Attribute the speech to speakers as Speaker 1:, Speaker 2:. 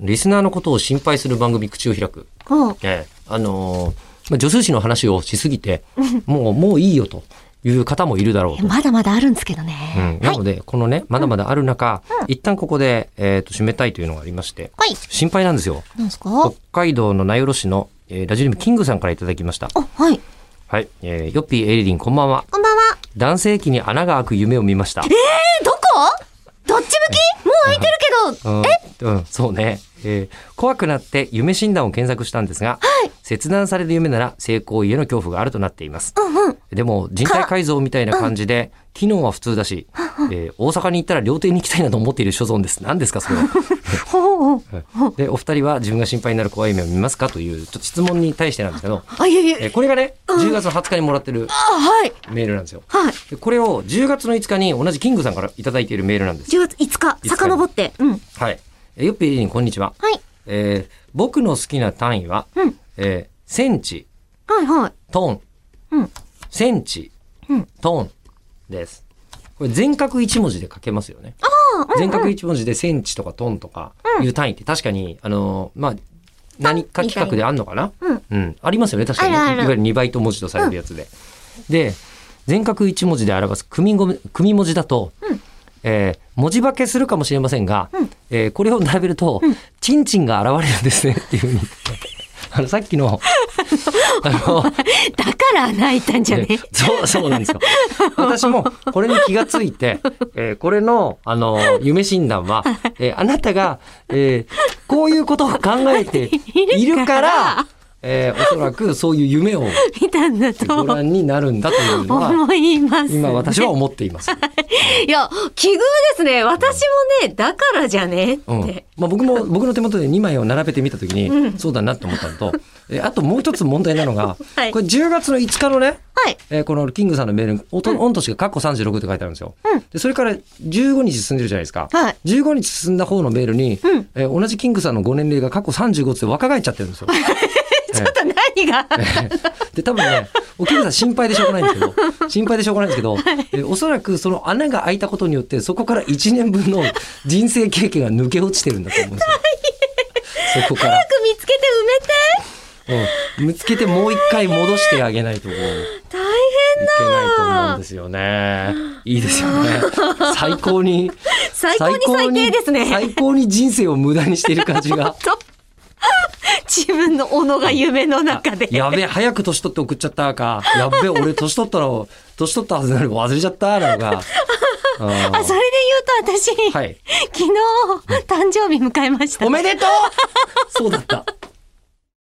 Speaker 1: リスナーのことを心配する番組、口を開く。
Speaker 2: ほ
Speaker 1: ええあのーまあ女数誌の話をしすぎ て、もう、もういいよという方もいるだろう
Speaker 2: う。
Speaker 1: と。
Speaker 2: まだまだあるんですけど
Speaker 1: う
Speaker 2: ね
Speaker 1: ん。なので、このね、まだまだある中、一旦ここで、えっ、と、締めたいというのがありまして、
Speaker 2: はい。
Speaker 1: 心配なんですよ。
Speaker 2: なんですか
Speaker 1: 北
Speaker 2: あ、
Speaker 1: 海道の名寄市の、えーラジオネームキングさんからいただきました。
Speaker 2: はい。
Speaker 1: はい。えー、ヨッピー、エリリン、こんばんは。
Speaker 2: こんばんは。
Speaker 1: 男性器に穴が開く夢を見ました。
Speaker 2: え、どこどっち向きもう開いてるけ
Speaker 1: え
Speaker 2: ど。
Speaker 1: うん、そうね、えー怖くなって夢診断を検索したんですが、切断される夢なら性行為への恐怖があるとなっています。
Speaker 2: うんうん。
Speaker 1: でも人体改造みたいな感じで、機能は普通だし、えー大阪に行ったら料亭に行きたいなと思っている所存です。何ですか、それは。
Speaker 2: ほうほう。
Speaker 1: はいで、お二人は自分が心配になる怖い夢を見ますかという、ちょっと質問に対してなんですけど、
Speaker 2: あ、いえい
Speaker 1: えー
Speaker 2: え。
Speaker 1: これがね、10月の20日にもらってる
Speaker 2: あ、はい。
Speaker 1: メールなんですよ。
Speaker 2: はい。
Speaker 1: でこれを10月の5日に同じキングさんからいただいているメールなんです。
Speaker 2: 10月5日、遡って。うん。は
Speaker 1: はい。えーよっぴーりりん、こんにちは。
Speaker 2: い。
Speaker 1: えー僕の好きな単位は、
Speaker 2: うん
Speaker 1: えーセンチ、
Speaker 2: はいはい。
Speaker 1: トン、
Speaker 2: うん
Speaker 1: センチ、
Speaker 2: うん
Speaker 1: トンです。これ全角一文字で書けますよね。全角一文字でセンチとかトンとかいう単位って確かに、あのーまあ、何か企画であんのかな
Speaker 2: うん。
Speaker 1: うん。ありますよね、確かに。
Speaker 2: あるある
Speaker 1: いわゆる2倍と文字とされるやつで。で、全角一文字で表す組ご組文字だと、
Speaker 2: うん
Speaker 1: えー文字化けするかもしれませんが、
Speaker 2: うん
Speaker 1: えーこれを並べると、チンチンが現れるんですねっていうふうに。 あの、さっき の、あの、
Speaker 2: だから泣いたんじゃね
Speaker 1: ねそう、そうなんですよ。私もこれに気がついて、えーこれの、あの、夢診断は、えーあなたが、えーこういうことを考えているから、えーおそらくそういう夢を
Speaker 2: 見たんだと
Speaker 1: ご覧になるんだというのは、
Speaker 2: 思います、ね。
Speaker 1: 今私は思っています。
Speaker 2: いや、奇遇ですね。私もね、だからじゃねって。
Speaker 1: うんまあ、僕も僕の手元で2枚を並べてみた時に、
Speaker 2: うん
Speaker 1: そうだなと思ったのとえあともう一つ問題なのが、
Speaker 2: はい
Speaker 1: これ10月の5日のね、
Speaker 2: はい。
Speaker 1: えーこのキングさんのメールに、おと、御年がカッコ36って書いてあるんですよ。
Speaker 2: うん
Speaker 1: で、それから15日進んでるじゃないですか。
Speaker 2: はい
Speaker 1: 15日進んだ方のメールに、
Speaker 2: うん
Speaker 1: えー同じキングさんのご年齢が過去35って若返っちゃってるんですよ。
Speaker 2: ちょっと何が、
Speaker 1: で、多分ね、おキングさん心配でしょうがないんですけど、心配でしょうがないんですけど、えーおそらくその穴が開いたことによって、そこから1年分の人生経験が抜け落ちてるんだと思うん ですよ。そこから
Speaker 2: 早、く見つけて
Speaker 1: うん、見つけてもう一回戻してあげないとこう。
Speaker 2: 埋めて。大変。
Speaker 1: いけないと思うんですよね。いいですよね。最高に、
Speaker 2: 最高に最低ですね。
Speaker 1: 最高に人生を無駄にしている感じ が。
Speaker 2: と自分の斧が夢の中で。
Speaker 1: やべえ、早く年取って送っちゃったか。やっべえ、俺年取ったの、年取ったはずなのに忘れちゃった、なのが。うん
Speaker 2: あ、それで言うと私、
Speaker 1: はい。
Speaker 2: 昨日、誕生日迎えました。
Speaker 1: おめでとう そうだった。